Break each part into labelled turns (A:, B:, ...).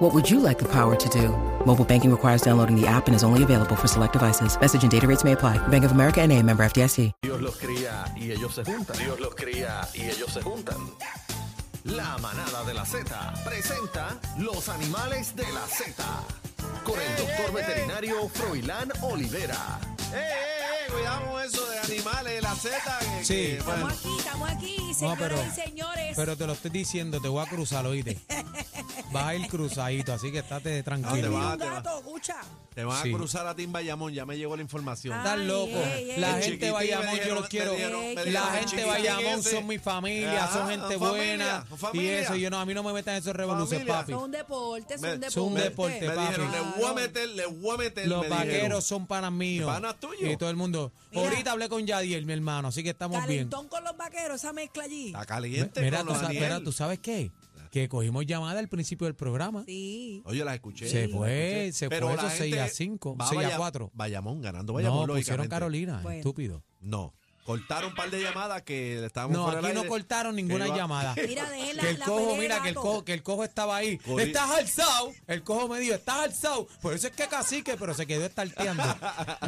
A: What would you like the power to do? Mobile banking requires downloading the app and is only available for select devices. Message and data rates may apply. Bank of America and a member FDIC.
B: Dios los cría y ellos se juntan. Dios los cría y ellos se juntan. La manada de la Z presenta los animales de la Z con el doctor veterinario Froilán Olivera.
C: ¡Eh, eh, eh! Cuidado con eso de animales, de la Z. Que,
D: Sí.
C: que, bueno,
E: Estamos aquí, estamos aquí,
D: No,
E: señoras
D: pero,
E: y señores.
D: pero te lo estoy diciendo, te voy a cruzar, oíste. Vas a ir cruzadito, así que estate
C: te
D: tranquilo.
C: vas?
E: un gato, escucha.
C: te van
D: Sí.
C: a cruzar a Tim Bayamón, ya me llegó la información.
E: Ah,
D: Estás
E: Ay,
D: loco.
E: ey, ey,
D: La
E: ey.
D: gente
C: Chiquitín, me
D: Bayamón, yo
C: dijeron-
D: los quiero.
C: me dijeron- me
D: La
C: dijeron,
D: gente
C: "Chiquitín
D: Bayamón
C: ese".
D: son mi familia,
C: Ajá,
D: son gente
C: familia,
D: buena. Y
C: familia.
D: eso, yo no, a mí no me metan en esos revoluciones,
C: Familia.
D: papi.
E: Son un deporte, son
C: Me-
E: un deporte.
D: son un
C: Me
D: deporte, papi.
C: dijeron, le voy a meter, le voy a meter.
D: Los
C: me dijeron.
D: vaqueros son panas míos.
C: Panas tuyos.
D: Y todo el mundo.
E: Mira.
D: Ahorita hablé con Yadiel, mi hermano, así que estamos bien.
E: Calentón con los vaqueros, esa mezcla allí.
C: Está caliente este
D: Mira,
C: con
D: tú
C: los
D: sabes,
C: Daniel.
D: mira, ¿tú sabes qué? Que cogimos llamada al principio del programa.
E: Sí.
C: Oye, las escuché.
D: Se
C: las
D: fue,
C: escuché.
D: se
C: Pero
D: fue
C: la
D: eso seis
C: gente
D: a cinco,
C: va
D: seis a
C: Baya-
D: cuatro.
C: Bayamón ganando,
D: No,
C: Bayamón,
D: pusieron
C: pues, lógicamente.
D: Carolina,
E: Bueno.
D: estúpido.
C: No. Cortaron un par de llamadas que estábamos
D: No,
C: fuera del
D: aquí no
C: aire.
D: cortaron ninguna
C: Que iba-
D: llamada.
E: Mira, dejen la,
D: que el
E: la
D: cojo,
E: pelea de
D: mira, que el
E: gato.
D: cojo, que el cojo estaba ahí.
C: Corri-
D: Estás alzado. El cojo me dijo, estás alzado. Por eso es que cacique, pero se quedó estarteando.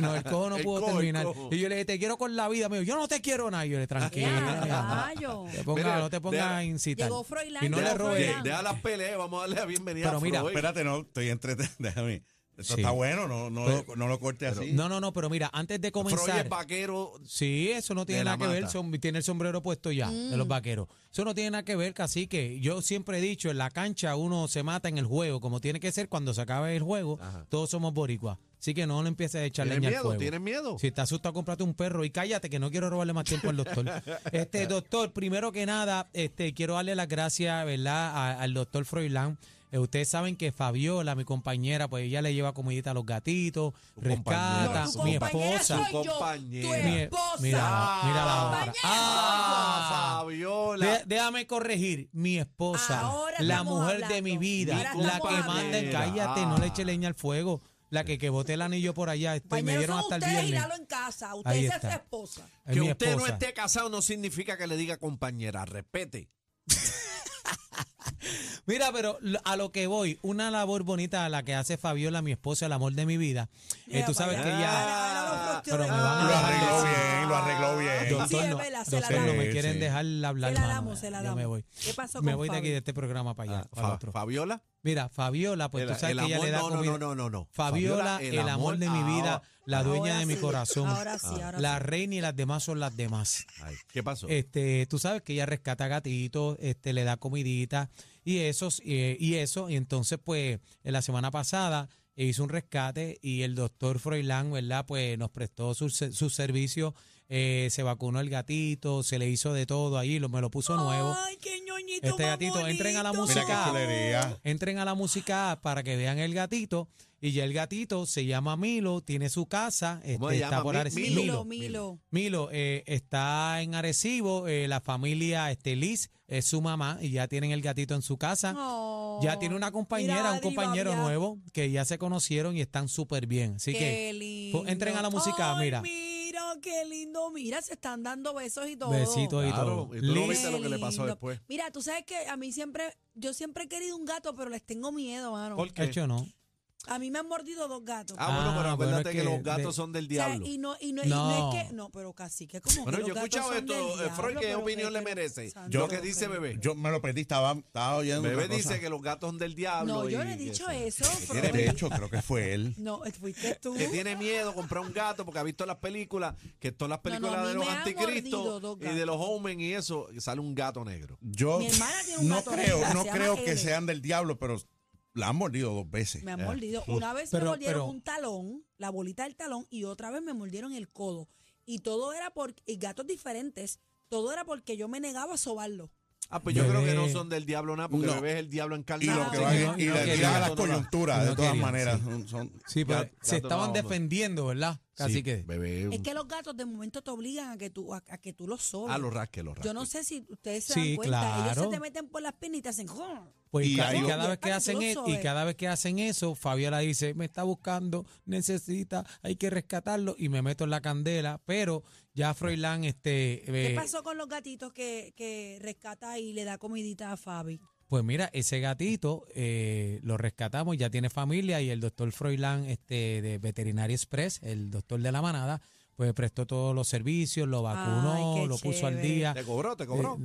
D: No, el cojo no
C: El
D: pudo
C: cojo, el
D: terminar.
C: cojo.
D: Y yo le dije, te quiero con la vida. Me dijo, yo no te quiero nada. Y yo le dije, tranquila.
E: Ya, rayo.
D: Te ponga-
C: Mira,
D: no te pongas
C: deja-
D: a incitar.
E: Llegó Froilán,
D: Y no le
E: llegó
C: Deja-
E: robé.
C: de-
D: robes.
E: Froilán.
C: Deja las peleas, vamos a darle la bienvenida
D: Pero
C: a
D: mira,
C: Freud.
F: Espérate, no, estoy entretenido. Déjame. Esto
D: Sí.
F: está bueno, no, no, lo, no lo corte así.
D: No, no, no, pero mira, antes de
C: Freud
D: comenzar.
C: es vaquero.
D: Sí, eso no tiene
C: De la
D: nada que ver.
C: mata.
D: son- tiene el sombrero puesto ya de
E: Mm.
D: los vaqueros. Eso no tiene nada que ver, casi que yo siempre he dicho, en la cancha uno se mata en el juego, como tiene que ser cuando se acabe el juego, todos somos boricuas. Así que no le empieces a echar
C: ¿Tienes
D: leña al
C: miedo?
D: fuego.
C: ¿Tienes miedo?
D: Si te asusta, cómprate un perro y cállate que no quiero robarle más tiempo al doctor. Este doctor, primero que nada, este quiero darle las gracias, ¿verdad?, a- al doctor Froilán. Eh, ustedes saben que Fabiola, mi compañera, pues ella le lleva comidita a los gatitos,
C: compañera,
D: rescata,
E: No, tu
D: mi
E: compañera
D: esposa.
E: soy yo,
C: Compañera.
E: tu
D: Mi-
E: esposa.
D: mira la- mira la hora.
E: Compañera
C: Ah,
D: Ah,
C: Fabiola.
D: De- déjame corregir, mi esposa,
E: Ahora
D: la
E: estamos
D: mujer de
E: hablando.
D: mi
E: Ahora
D: vida, la
E: estamos
D: que
E: hablando.
D: manda en cállate, no le eche leña al fuego, la que, que boté el anillo por allá, este,
E: soy yo.
D: me dieron
E: Compañeros
D: hasta
E: son
D: el
E: ustedes y
D: viernes.
E: dalo en casa.
D: Ahí
E: Usted es su
D: está.
E: esposa.
D: Es
C: que
D: mi
C: usted no
D: esposa.
C: esté casado no significa que le diga compañera, respete.
D: Mira, pero lo- a lo que voy, una labor bonita a la que hace Fabiola, mi esposa, el amor de mi vida. Eh,
E: Mira
D: tú
E: para
D: sabes que
E: allá.
C: Ah,
D: ya... Pero me
E: Mira, mira los cuestiones.
D: van a-
F: Lo arregló bien, lo arregló bien.
E: Sí,
D: eh, Doctor,
E: es
D: no,
E: verdad, se la
D: doctor, no
E: damos.
D: me quieren
F: Sí, sí.
D: dejar hablar.
E: Se la
D: mano.
E: damos, se la
D: Yo
E: damos.
D: me voy.
E: ¿Qué pasó
D: Me
E: con
D: voy de aquí
E: Fabio?
D: de este programa para allá.
C: Ah,
D: para el
C: Fa-
D: otro.
C: Fabiola.
D: Mira, Fabiola, pues
C: El-
D: tú sabes
C: el
D: que ella
C: amor-
D: le da
C: no, no,
D: comida.
C: no, no, no, no.
D: Fabiola, el, amor, de mi vida,
C: ah, ahora-
D: la dueña
E: Ahora
D: de mi
E: sí,
D: corazón. Ah.
E: Ahora sí, ahora
D: la
E: sí.
D: reina y las demás son las demás.
C: Ay, ¿Qué pasó?
D: Este, tú sabes que ella rescata gatitos, este, le da comidita y eso, y eso. Y entonces, pues, en la semana pasada eh, hizo un rescate y el doctor Froilán, ¿verdad? Pues nos prestó sus se- sus servicios, eh, se vacunó el gatito, se le hizo de todo ahí, lo, me lo puso nuevo.
E: Ay, qué ñoñito
D: Este
E: más
D: gatito, entren a la
E: bonito.
F: Mira qué
D: música.
F: chulería.
D: Entren a la música para que vean el gatito. Y ya el gatito se llama Milo, tiene su casa,
C: ¿Cómo
D: este,
C: se
D: está
C: llama?
D: por
C: Mi-
D: Arecibo.
C: Milo. Milo.
E: Milo, Milo.
D: Milo eh, está en Arecibo, eh, la familia este, Liz es su mamá y ya tienen el gatito en su casa.
E: Oh,
D: ya tiene una compañera,
E: mira,
D: un
E: Adri,
D: compañero
E: babia.
D: nuevo que ya se conocieron y están súper bien. Así
E: Qué
D: que
E: lindo.
D: pues, entren a la música,
E: Ay,
D: mira.
E: Mira, qué lindo. Mira, se están dando besos y todo.
D: besitos y
C: Claro,
D: todo.
C: y tú lo
D: Liz,
C: viste
E: Qué
C: lo que le pasó
E: lindo.
C: después.
E: Mira, tú sabes que a mí siempre, yo siempre he querido un gato, pero les tengo miedo, mano.
C: ¿Por qué?
D: hecho no.
E: A mí me han mordido dos gatos.
C: Ah, bueno, pero
D: Ah, bueno,
C: acuérdate
D: es
C: que,
D: que
C: los gatos
D: de-
C: son del
E: O sea,
C: diablo.
E: y no, y no, y
D: No.
E: no es que, no, pero casi que como
C: bueno,
E: que
C: yo he
E: los gatos
C: escuchado
E: son
C: esto,
E: del
C: eh, Freud,
E: diablo,
C: ¿qué
E: pero
C: opinión
E: que-
C: le
E: pero-
C: merece?
E: santo,
C: Yo
F: Yo-
C: que
E: pero
C: dice
E: que-
C: bebé.
F: Eh, Yo me lo perdí, estaba, estaba oyendo.
C: Bebé
F: otra cosa.
C: dice que los gatos son del diablo.
E: No, yo
C: y
E: no he
C: que
E: dicho
C: son-
E: eso,
C: que tiene,
F: De
E: Freud.
F: hecho, creo que fue él.
E: No, fuiste tú.
C: que tiene miedo comprar un gato porque ha visto las películas, que todas las
E: No, no, a
C: películas
E: mí
C: de los
E: me han mordido
C: anticristos
E: dos
C: y de
E: gatos.
C: los homen y eso, y sale un gato negro.
F: Yo
E: Mi hermana tiene un
F: no
E: gato
F: creo,
E: negro,
F: no
E: se
F: creo
E: llama
F: que
E: L.
F: sean del diablo, pero la han mordido dos veces.
E: Me han mordido. Una vez me
D: Pero-
E: mordieron
D: pero-
E: un talón, la bolita del talón, y otra vez me mordieron el codo. Y todo era por y gatos diferentes. Todo era porque yo me negaba a sobarlo.
C: Ah, pues yo creo que no
D: Bebé.
C: son del diablo nada, porque
F: No.
C: bebé es el diablo
F: Y
C: encarnado.
F: lo que
C: así
F: va
E: no,
F: y
D: no
F: le
D: quería,
F: tiran a las
C: no la-
F: coyunturas,
D: no
F: de todas
D: quería,
F: maneras.
D: sí.
F: son- son-
D: Sí, pero
C: Gat-
D: se
C: gato no,
D: estaban
C: no.
D: defendiendo, ¿verdad? Casi que.
B: Bebé.
E: Es que los gatos de momento te obligan a que tú, a, a que tú los sobes.
B: Ah, los rasques, los rasques.
E: Yo no sé si ustedes se
D: Sí,
E: dan cuenta, ellos
D: claro.
E: se te meten por las pinitas en hacen
D: Pues
F: Y
D: ca-
F: hay
D: y
F: un-
D: cada vez
E: Para
D: que
E: que
D: hacen
E: tú lo
D: eso, y
E: sobes.
D: cada vez que hacen eso, Fabiola dice, me está buscando, necesita, hay que rescatarlo, y me meto en la candela, pero ya Froilán, este,
E: ¿Qué
D: eh,
E: pasó con los gatitos que, que rescata y le da comidita a Fabi?
D: pues mira, ese gatito eh, lo rescatamos, ya tiene familia, y el doctor Froilán, este, de Veterinaria Express, el doctor de la manada, pues prestó todos los servicios, lo vacunó,
E: qué
D: lo puso al
E: chévere.
D: día.
C: Te cobró, te
D: Dacho,
C: cobró.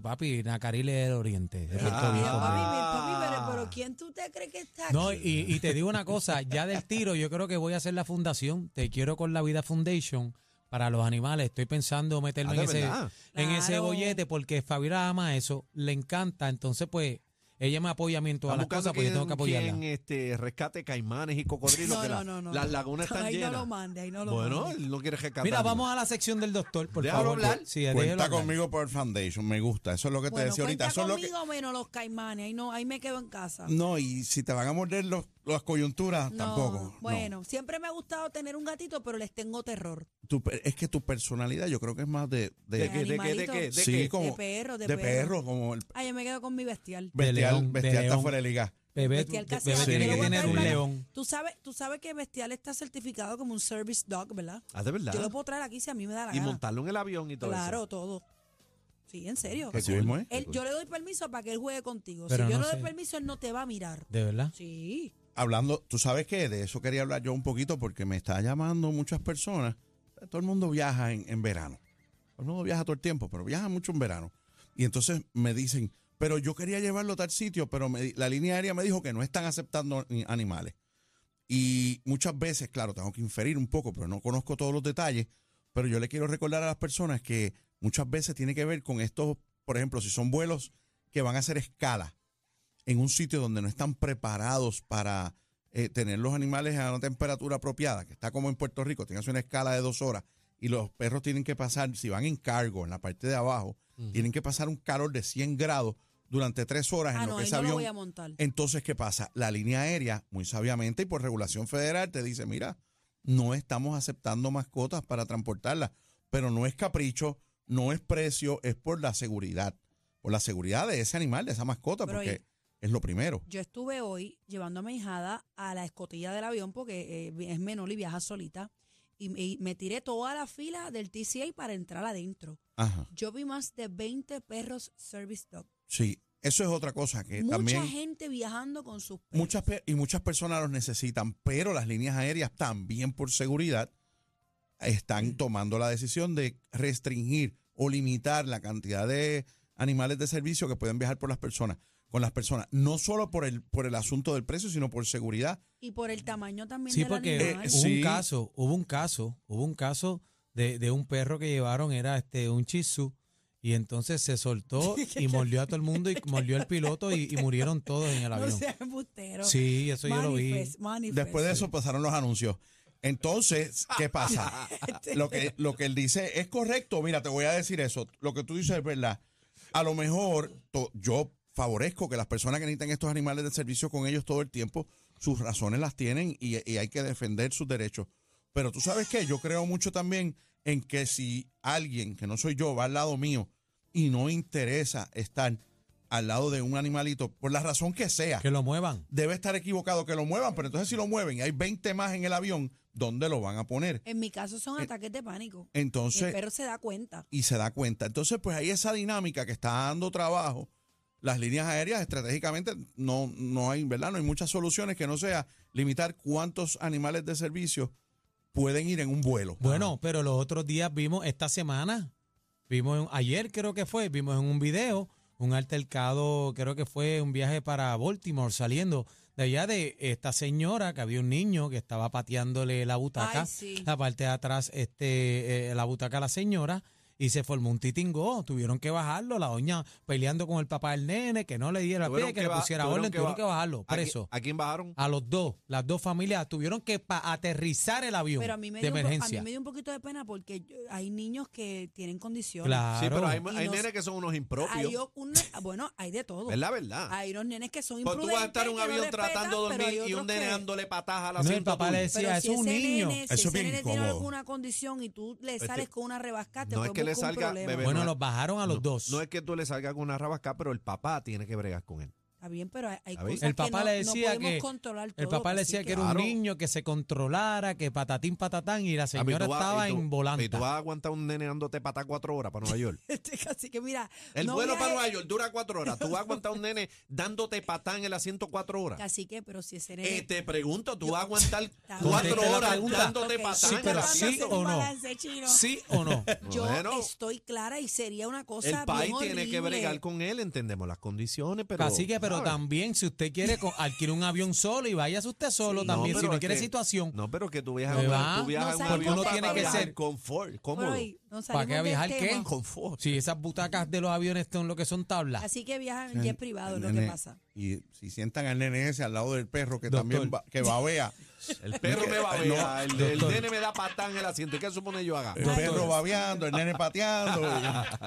D: papi, Nacarí le del Oriente. de Puerto
C: Ah.
E: Mira,
D: Rico,
E: papi,
D: mano.
E: mi- papi, pero, pero ¿quién tú te crees que está aquí?
D: No, y, y te digo una cosa, ya del tiro, yo creo que voy a hacer la fundación, Te Quiero con la Vida Foundation para los animales. Estoy pensando meterme
C: Ah,
D: en,
C: ¿de
D: ese,
C: verdad?
D: en ese
E: Claro.
D: bollete porque Fabiola ama eso, le encanta, entonces pues ella me apoya a mí en todas las
C: Están
D: cosas,
C: buscando
D: pues yo tengo que
C: quien-
D: apoyarla.
C: quien, este, rescate caimanes y cocodrilos.
E: No,
C: que
E: no,
C: la-
E: no, no,
C: Las
E: no.
C: lagunas están
E: Ahí no
C: llenas.
E: lo mande, ahí no lo
C: bueno,
E: mande.
C: él no quiere rescatar.
D: Mira, vamos a la sección del doctor, por
C: Déjalo
D: favor.
C: hablar.
D: Sí, déjelo
F: Cuenta
D: hablar.
F: conmigo por el Foundation, me gusta. Eso es lo que te
E: Bueno,
F: decía ahorita.
E: cuenta
F: Eso es lo que,
E: conmigo menos los caimanes, ahí, no, ahí me quedo en casa.
F: no, y si te van a morder los, las coyunturas,
E: No,
F: tampoco. no.
E: Bueno, siempre me ha gustado tener un gatito, pero les tengo terror.
F: Tu per- es que tu personalidad yo creo que es más de...
C: ¿De qué? ¿De
F: de-
C: qué? ¿De
E: animalito.
C: qué? ¿De
F: sí,
C: qué?
F: como...
E: De perro, de
F: perro, como el
E: Ay, yo me quedo con mi bestial.
F: bestial,
D: león, de
F: bestial está
D: león.
F: fuera de liga.
D: Bebé,
E: Bestial
D: tú-
E: casi
D: bebé
E: nada.
D: tiene
E: Yo
D: que
E: le voy a
D: tener
E: traer
D: un
E: una-
D: león.
E: Tú sabes, tú sabes que bestial está certificado como un service dog, ¿verdad?
C: Ah, de verdad.
E: Yo lo puedo traer aquí si a mí me da la
C: y
E: gana.
C: montarlo en el avión y todo
E: claro,
C: eso.
E: todo. Sí, en serio.
F: Así mismo es.
E: Él- yo le doy permiso para que él juegue contigo.
D: Pero
E: si yo
D: no
E: no le doy
D: sé.
E: permiso, él no te va a mirar.
D: De verdad.
E: Sí.
F: Hablando, tú sabes que de eso quería hablar yo un poquito porque me está llamando muchas personas. Todo el mundo viaja en, en verano. Todo el mundo viaja todo el tiempo, pero viaja mucho en verano. Y entonces me dicen, pero yo quería llevarlo a tal sitio, pero me di- la línea aérea me dijo que no están aceptando ni- animales. Y muchas veces, claro, tengo que inferir un poco, pero no conozco todos los detalles, pero yo le quiero recordar a las personas que muchas veces tiene que ver con estos, por ejemplo, si son vuelos que van a hacer escala en un sitio donde no están preparados para eh, tener los animales a una temperatura apropiada, que está como en Puerto Rico, tienes una escala de dos horas y los perros tienen que pasar, si van en cargo en la parte de abajo, tienen que pasar un calor de 100 grados durante tres horas
E: Ah,
F: en lo
E: no,
F: que
E: ahí
F: ese
E: no lo
F: avión
E: voy a montar.
F: entonces, ¿qué pasa? La línea aérea, muy sabiamente y por regulación federal, te dice, mira, no estamos aceptando mascotas para transportarlas, pero no es capricho, no es precio, es por la seguridad, por la seguridad de ese animal, de esa mascota,
E: Pero,
F: porque
E: oye.
F: es lo primero.
E: Yo estuve hoy llevando a mi hijada a la escotilla del avión porque eh, es menor y viaja solita. Y, me- y me tiré toda la fila del TCA para entrar adentro.
F: Ajá,
E: Yo vi más de 20 perros service dog.
F: sí, eso es otra cosa
D: Eh,
F: que
E: Mucha
F: también...
E: gente viajando con sus perros.
F: Muchas pe- y muchas personas los necesitan, pero las líneas aéreas también por seguridad están tomando la decisión de restringir o limitar la cantidad de animales de servicio que pueden viajar por las personas, con las personas, no solo por el por el asunto del precio, sino por seguridad.
E: Y por el tamaño también
D: Sí,
E: del
D: porque
E: animal.
F: Eh,
D: hubo
F: sí.
D: un caso, hubo un caso, hubo un caso de, de un perro que llevaron, era este un chisu, y entonces se soltó y mordió a todo el mundo y mordió al piloto y, y murieron todos en el
E: no
D: avión.
E: seas embustero.
D: Sí, eso yo lo vi.
E: Manifest, manifest.
F: Después de eso pasaron los anuncios. Entonces, ¿qué pasa? Lo que, lo que él dice es correcto. Mira, te voy a decir eso. Lo que tú dices es verdad. A lo mejor to- yo favorezco que las personas que necesitan estos animales de servicio con ellos todo el tiempo, sus razones las tienen y, y hay que defender sus derechos. Pero tú sabes qué, yo creo mucho también en que si alguien, que no soy yo, va al lado mío y no interesa estar al lado de un animalito, por la razón que sea,
D: Que lo muevan.
F: debe estar equivocado que lo muevan, pero entonces si lo mueven y hay 20 más en el avión, ¿dónde lo van a poner?
E: En mi caso son
F: Eh,
E: ataques de pánico. Y el
F: Entonces,
E: perro se da cuenta.
F: y se da cuenta. Entonces, pues hay esa dinámica que está dando trabajo. Las líneas aéreas estratégicamente no, no hay, ¿verdad? No hay muchas soluciones que no sea limitar cuántos animales de servicio pueden ir en un vuelo.
E: Ah.
D: Bueno, pero los otros días vimos, esta semana, vimos en- ayer creo que fue, vimos en un video un altercado, creo que fue un viaje para Baltimore saliendo de allá de esta señora que había un niño que estaba pateándole la butaca,
E: Ay, sí.
D: la parte de atrás, este, eh, la butaca a la señora. y se formó un titingo. Tuvieron que bajarlo, la doña peleando con el papá del nene, que no le diera pie,
C: Tuvieron
D: que,
C: que
D: le
C: ba-
D: pusiera
C: tuvieron
D: orden,
C: que
D: tuvieron
C: ba-
D: que bajarlo,
C: ¿A qui-
D: preso.
C: ¿A quién bajaron?
D: A los dos, las dos familias tuvieron que pa- aterrizar el avión
E: Pero a mí, me
D: de
E: dio un po- a
D: emergencia.
E: mí me dio un poquito de pena porque yo- hay niños que tienen condiciones.
D: Claro.
C: Sí, pero hay,
E: Y
C: hay
E: nos-
C: nenes que son unos
E: Hay
C: impropios.
E: o- un ne- bueno, hay de todo.
C: ¿Verdad, verdad?
E: Hay unos nenes que son
C: Pues tú
E: imprudentes.
C: vas a estar en un
E: que no
C: avión
E: respetan,
C: tratando de
E: pero hay
C: dormir y un
E: otros
C: nene
E: que-
C: dándole patadas a la
D: No, el
C: asiento
D: papá
C: tuyo.
D: le decía,
E: pero
D: es
E: si
D: un
E: ese
D: niño.
E: Nene, si
F: Eso es
E: ese
F: bien
E: nene tiene
F: incómodo.
E: alguna condición y tú le
C: Este-
E: sales con una rebascate,
C: No es que le salga, bebé,
D: bueno,
C: no,
D: los bajaron a los dos.
C: No es que tú le salgas con una rabasca, pero el papá tiene que bregar con él.
E: Está bien, pero hay, hay
C: ¿Está bien?
E: cosas
D: el papá
E: que no,
D: le decía
E: no podemos
D: que
E: controlar
D: el
E: todo,
D: papá le
E: cacique.
D: decía que era
C: Claro.
D: un niño que se controlara, que patatín patatán y la
C: Ah, pero
D: señora
C: tú vas-
D: estaba
C: y tú-
D: en
C: Y tú
D: volanta.
C: vas a aguantar un nene dándote pata cuatro horas para Nueva York.
E: Así que mira,
C: El
E: no
C: vuelo para
E: viajes-
C: Nueva York dura cuatro horas. Tú vas a aguantar un nene dándote patán en el asiento cuatro horas.
E: Así que, pero si ese nene.
C: Eh, te pregunto, tú vas a aguantar
E: Está
C: cuatro
D: Contesta la
C: horas
D: pregunta.
C: dándote
E: Ok,
C: patán
D: Sí,
C: en el
D: pero
E: tratando de
D: sí
C: asiento.
E: hacer
D: o
E: un
D: no.
E: balance, chino.
D: ¿Sí o no?
E: Yo
C: Bueno.
E: estoy clara y sería una cosa
C: El país
E: bien
C: tiene que
E: horrible.
C: bregar con él, entendemos las condiciones, pero.
D: Así que,
C: ¿sabes?
D: pero también, si usted quiere co- adquiere un avión solo y váyase usted solo
E: Sí.
D: también,
C: No,
D: si
C: pero
D: no
C: es
D: quiere
C: que-
D: situación.
C: No, pero que tú viajas
D: Me
C: en un avión-
D: va.
C: tú viajas
E: No
C: en un
E: sabe-
C: avión
E: Porque uno
C: para
E: tiene que
C: viajar
D: ser-
C: confort, cómodo.
E: Bueno, y nos
D: ¿Para qué
E: salimos del
D: viajar qué?
E: tema.
C: confort.
D: Si esas butacas de los aviones son lo que son tablas.
E: Así que viajan
F: El-
E: en jet privado,
F: Ah,
E: es
F: el
E: lo que
F: nene-
E: pasa.
F: Y si sientan al nene ese al lado del perro que
D: Doctor.
F: también va- que babea, Eh,
C: El perro me va a
F: No,
C: el, el
D: doctor.
C: nene me da patán en el asiento. ¿Y qué supone yo haga?
F: el
D: Doctor.
F: perro babeando, el nene pateando.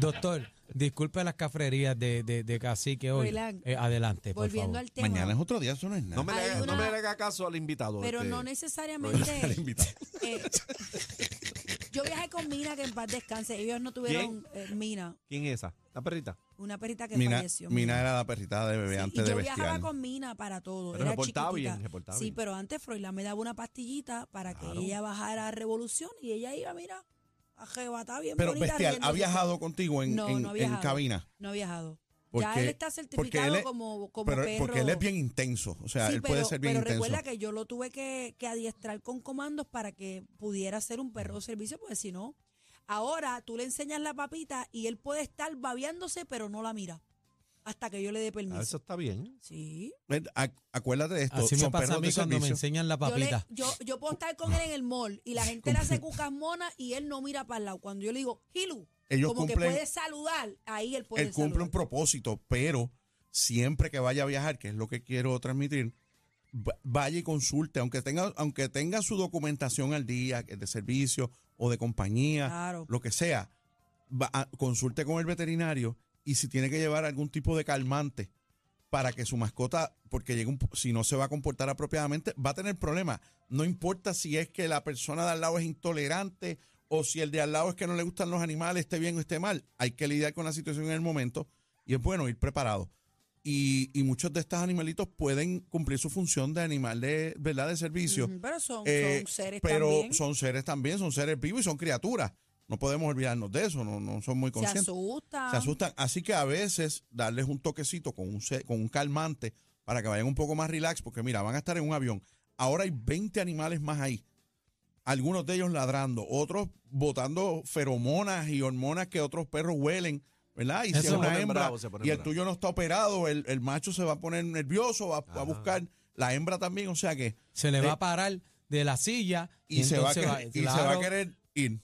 D: Doctor, disculpe las cafrerías de, de, de cacique hoy.
E: Froilán,
D: Eh, adelante, por favor.
E: Volviendo al tema.
F: Mañana es otro día, eso no es nada.
C: No me, le,
E: Hay
C: haga- no
E: una-
C: me le haga caso al invitado.
E: Pero
C: este.
E: no necesariamente. eh, yo viajé con Mina, que en paz descanse. Ellos no tuvieron eh, Mina,
C: ¿Quién es esa? La perrita.
E: una perrita que
F: Mina,
E: falleció.
F: Mina era la perrita de bebé
E: Sí,
F: antes
E: y
F: de
E: yo
F: vestir.
E: viajaba con Mina para todo.
C: Pero
E: era
C: se portaba
E: chiquitita.
C: bien, se portaba
E: sí,
C: bien.
E: pero antes Froilán me daba una pastillita para
C: Claro.
E: que ella bajara a revolución y ella iba, mira, arrebatada bien
F: Pero
E: bonita,
F: bestial, ¿ha
E: riéndose.
F: viajado contigo en,
E: No,
F: en-
E: no ha
F: en
E: viajado.
F: cabina?
E: No ha viajado. ya
F: Porque-
E: él está certificado
F: porque él es-
E: como, como
F: Pero,
E: perro.
F: porque él es bien intenso, o sea,
E: Sí,
F: él
E: pero,
F: puede ser bien
E: pero
F: intenso.
E: recuerda que yo lo tuve que, que adiestrar con comandos para que pudiera ser un perro de servicio, porque si no, ahora tú le enseñas la papita y él puede estar babeándose, pero no la mira hasta que yo le dé
C: Ah,
E: permiso.
C: eso está bien.
E: Sí.
F: Ven, ac- Acuérdate de esto,
D: Así me
F: son
D: pasa a
F: perros
D: mí
F: de
D: cuando me
F: servicio.
D: enseñan la
E: Yo, le-
D: papita.
E: yo, yo puedo estar con él en el mall y la gente le hace cucas monas y él no mira para el lado. Cuando yo le digo, Hilu,
F: Ellos
E: como
F: cumplen-
E: que puede saludar, ahí él puede
F: Él cumple
E: saludar.
F: un propósito, pero siempre que vaya a viajar, que es lo que quiero transmitir, va- vaya y consulte, aunque tenga, aunque tenga su documentación al día, que es de servicio o de compañía,
E: Claro.
F: lo que sea, va a- consulte con el veterinario y si tiene que llevar algún tipo de calmante para que su mascota, porque llega un po- si no se va a comportar apropiadamente, va a tener problemas. No importa si es que la persona de al lado es intolerante o si el de al lado es que no le gustan los animales, esté bien o esté mal. Hay que lidiar con la situación en el momento y es bueno ir preparado. Y, y muchos de estos animalitos pueden cumplir su función de animal de, ¿verdad? de servicio.
E: Ujú, Mm, Pero son,
F: Eh,
E: son seres
F: pero
E: también.
F: son seres también, son seres vivos y son criaturas. No podemos olvidarnos de eso, no, no son muy
E: se
F: conscientes.
E: asustan.
F: Se asustan. Así que a veces darles un toquecito con un, se- con un calmante para que vayan un poco más relax, porque mira, van a estar en un avión. Ahora hay 20 animales más ahí. Algunos de ellos ladrando, otros botando feromonas y hormonas que otros perros huelen, ¿verdad? Y si
D: Eso
F: es
D: se
F: una
C: ponen
F: hembra
C: bravos, se ponen
F: y el
C: bravos.
F: tuyo no está operado, el, el macho se va a poner nervioso, va, va a buscar la hembra también, o sea que...
D: Se le va
F: eh,
D: a parar de la silla
F: y, se va, a
D: entonces
F: querer, y se va a
D: claro.
F: querer ir.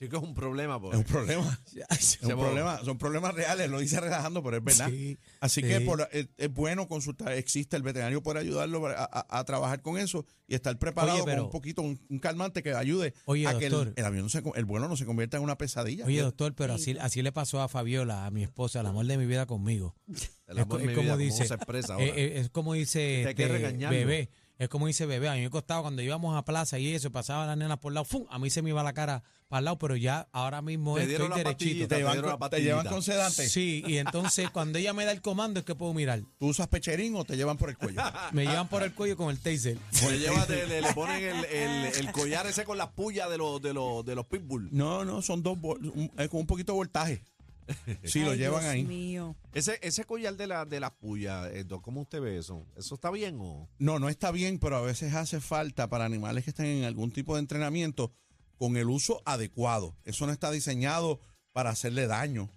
C: Sí que es un problema,
F: Es un
C: pues.
F: problema. Es un
C: Se va.
F: problema. Son problemas reales, lo dice relajando, pero es verdad.
D: Sí,
F: Así
D: sí.
F: que por la- es, es bueno consultar, existe el veterinario para ayudarlo a, a- a trabajar con eso y estar preparado
D: Oye, pero-
F: con un poquito, un, un calmante que ayude
D: Oye,
F: a que el,
D: doctor.
F: el avión no se, co- el vuelo no se convierta en una pesadilla.
D: Oye, doctor, pero así, así le pasó a Fabiola, a mi esposa, el amor de mi vida conmigo.
C: El amor
D: Es co-
C: de
D: es
C: mi
D: como
C: vida,
D: dice,
C: ¿cómo se expresa
D: Eh,
C: ahora?
D: eh, es como dice
C: Este, hay que
D: este,
C: regañarlo.
D: bebé. Es como dice bebé. A mí me costaba cuando íbamos a plaza y eso, pasaban las nenas por el lado. ¡fum! A mí se me iba la cara para el lado, pero ya ahora mismo
C: Te
D: estoy
C: dieron la
D: derechito.
C: pastillita,
F: te,
C: te
F: van
C: dieron
F: con-
C: la
F: te llevan
C: pastillita.
F: con sedante.
D: Sí, y entonces cuando ella me da el comando es que puedo mirar.
F: ¿Tú usas pecherín o te llevan por el cuello?
D: Me llevan por el cuello con el taser.
C: Le, lleva- le- le- le ponen el, el- el collar ese con las pullas de los, de los, de los pitbull.
F: no, no, son dos, vol- un- es con un poquito de voltaje. Sí, lo
E: Ay,
F: llevan
E: Dios
F: ahí.
E: mío.
C: Ese, ese collar de, la, de las pullas, eh, Doc, ¿cómo usted ve eso? ¿Eso está bien o...?
F: No, no está bien, pero a veces hace falta para animales que están en algún tipo de entrenamiento con el uso adecuado. Eso no está diseñado para hacerle daño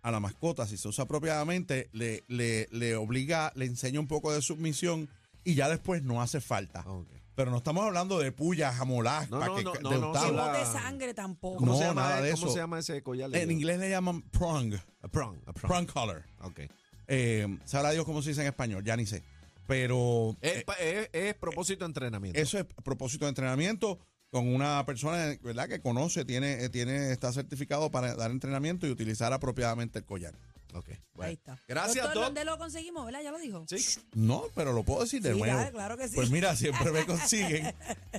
F: a la mascota. Si se usa apropiadamente, le, le- le obliga, le enseña un poco de submisión y ya después no hace falta.
C: Ah, ok.
F: Pero no estamos hablando de puyas, jamolasca,
C: No, no,
F: que-
C: no,
F: de
C: no, no,
F: octavo.
C: habla-
E: Chivos de sangre tampoco.
F: No,
C: se llama,
F: nada de
C: ¿Cómo
F: eso.
C: se llama ese collar? de
F: En
C: dedo?
F: inglés le llaman prong,
C: A prong, a prong.
F: prong collar.
C: Ok.
F: Eh, sabrá Dios cómo se dice en español, ya ni sé. Pero eh,
C: Es, pa- es- es propósito de entrenamiento.
F: Eso es a propósito de entrenamiento con una persona ¿verdad? que conoce, tiene, eh, tiene, está certificado para dar entrenamiento y utilizar apropiadamente el collar.
C: Ok.
E: Ahí está.
F: Gracias,
E: Doctor,
F: Doc.
E: ¿dónde lo conseguimos? ¿Verdad? Ya lo dijo.
C: Sí.
F: No, pero lo puedo decir de
E: Sí,
F: nuevo.
E: claro, claro que sí.
F: Pues mira, siempre me consiguen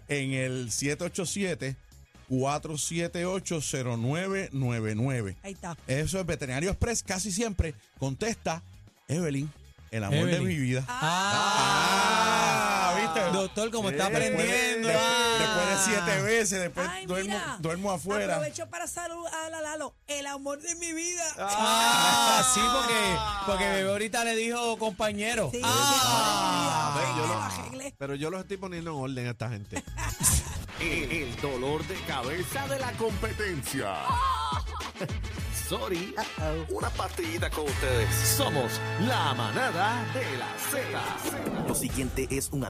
F: en el 787-478-0999.
E: Ahí está.
F: Eso es Veterinario Express, casi siempre contesta Evelyn, el amor de
D: Evelyn.
F: mi vida.
D: Ah,
F: Ah, ¿viste?
D: Doctor, como está
F: Después de-
D: aprendiendo.
F: después-
D: ah.
F: Después de siete veces, después
E: Ay,
F: eh, duermo,
E: mira.
F: duermo afuera.
E: Aprovecho para saludar a Lalo, el amor de mi vida.
D: Ah, sí, porque, porque bebé ahorita le dijo compañero.
E: Sí,
D: Ah.
E: sí,
C: Ven, yo
E: sí,
C: lo-
E: arreglé.
C: Pero yo los estoy poniendo en orden a esta gente.
B: El, el dolor de cabeza de la competencia. Sorry.
C: Una partidita con ustedes.
B: Somos la manada de la Z.
G: Lo siguiente es un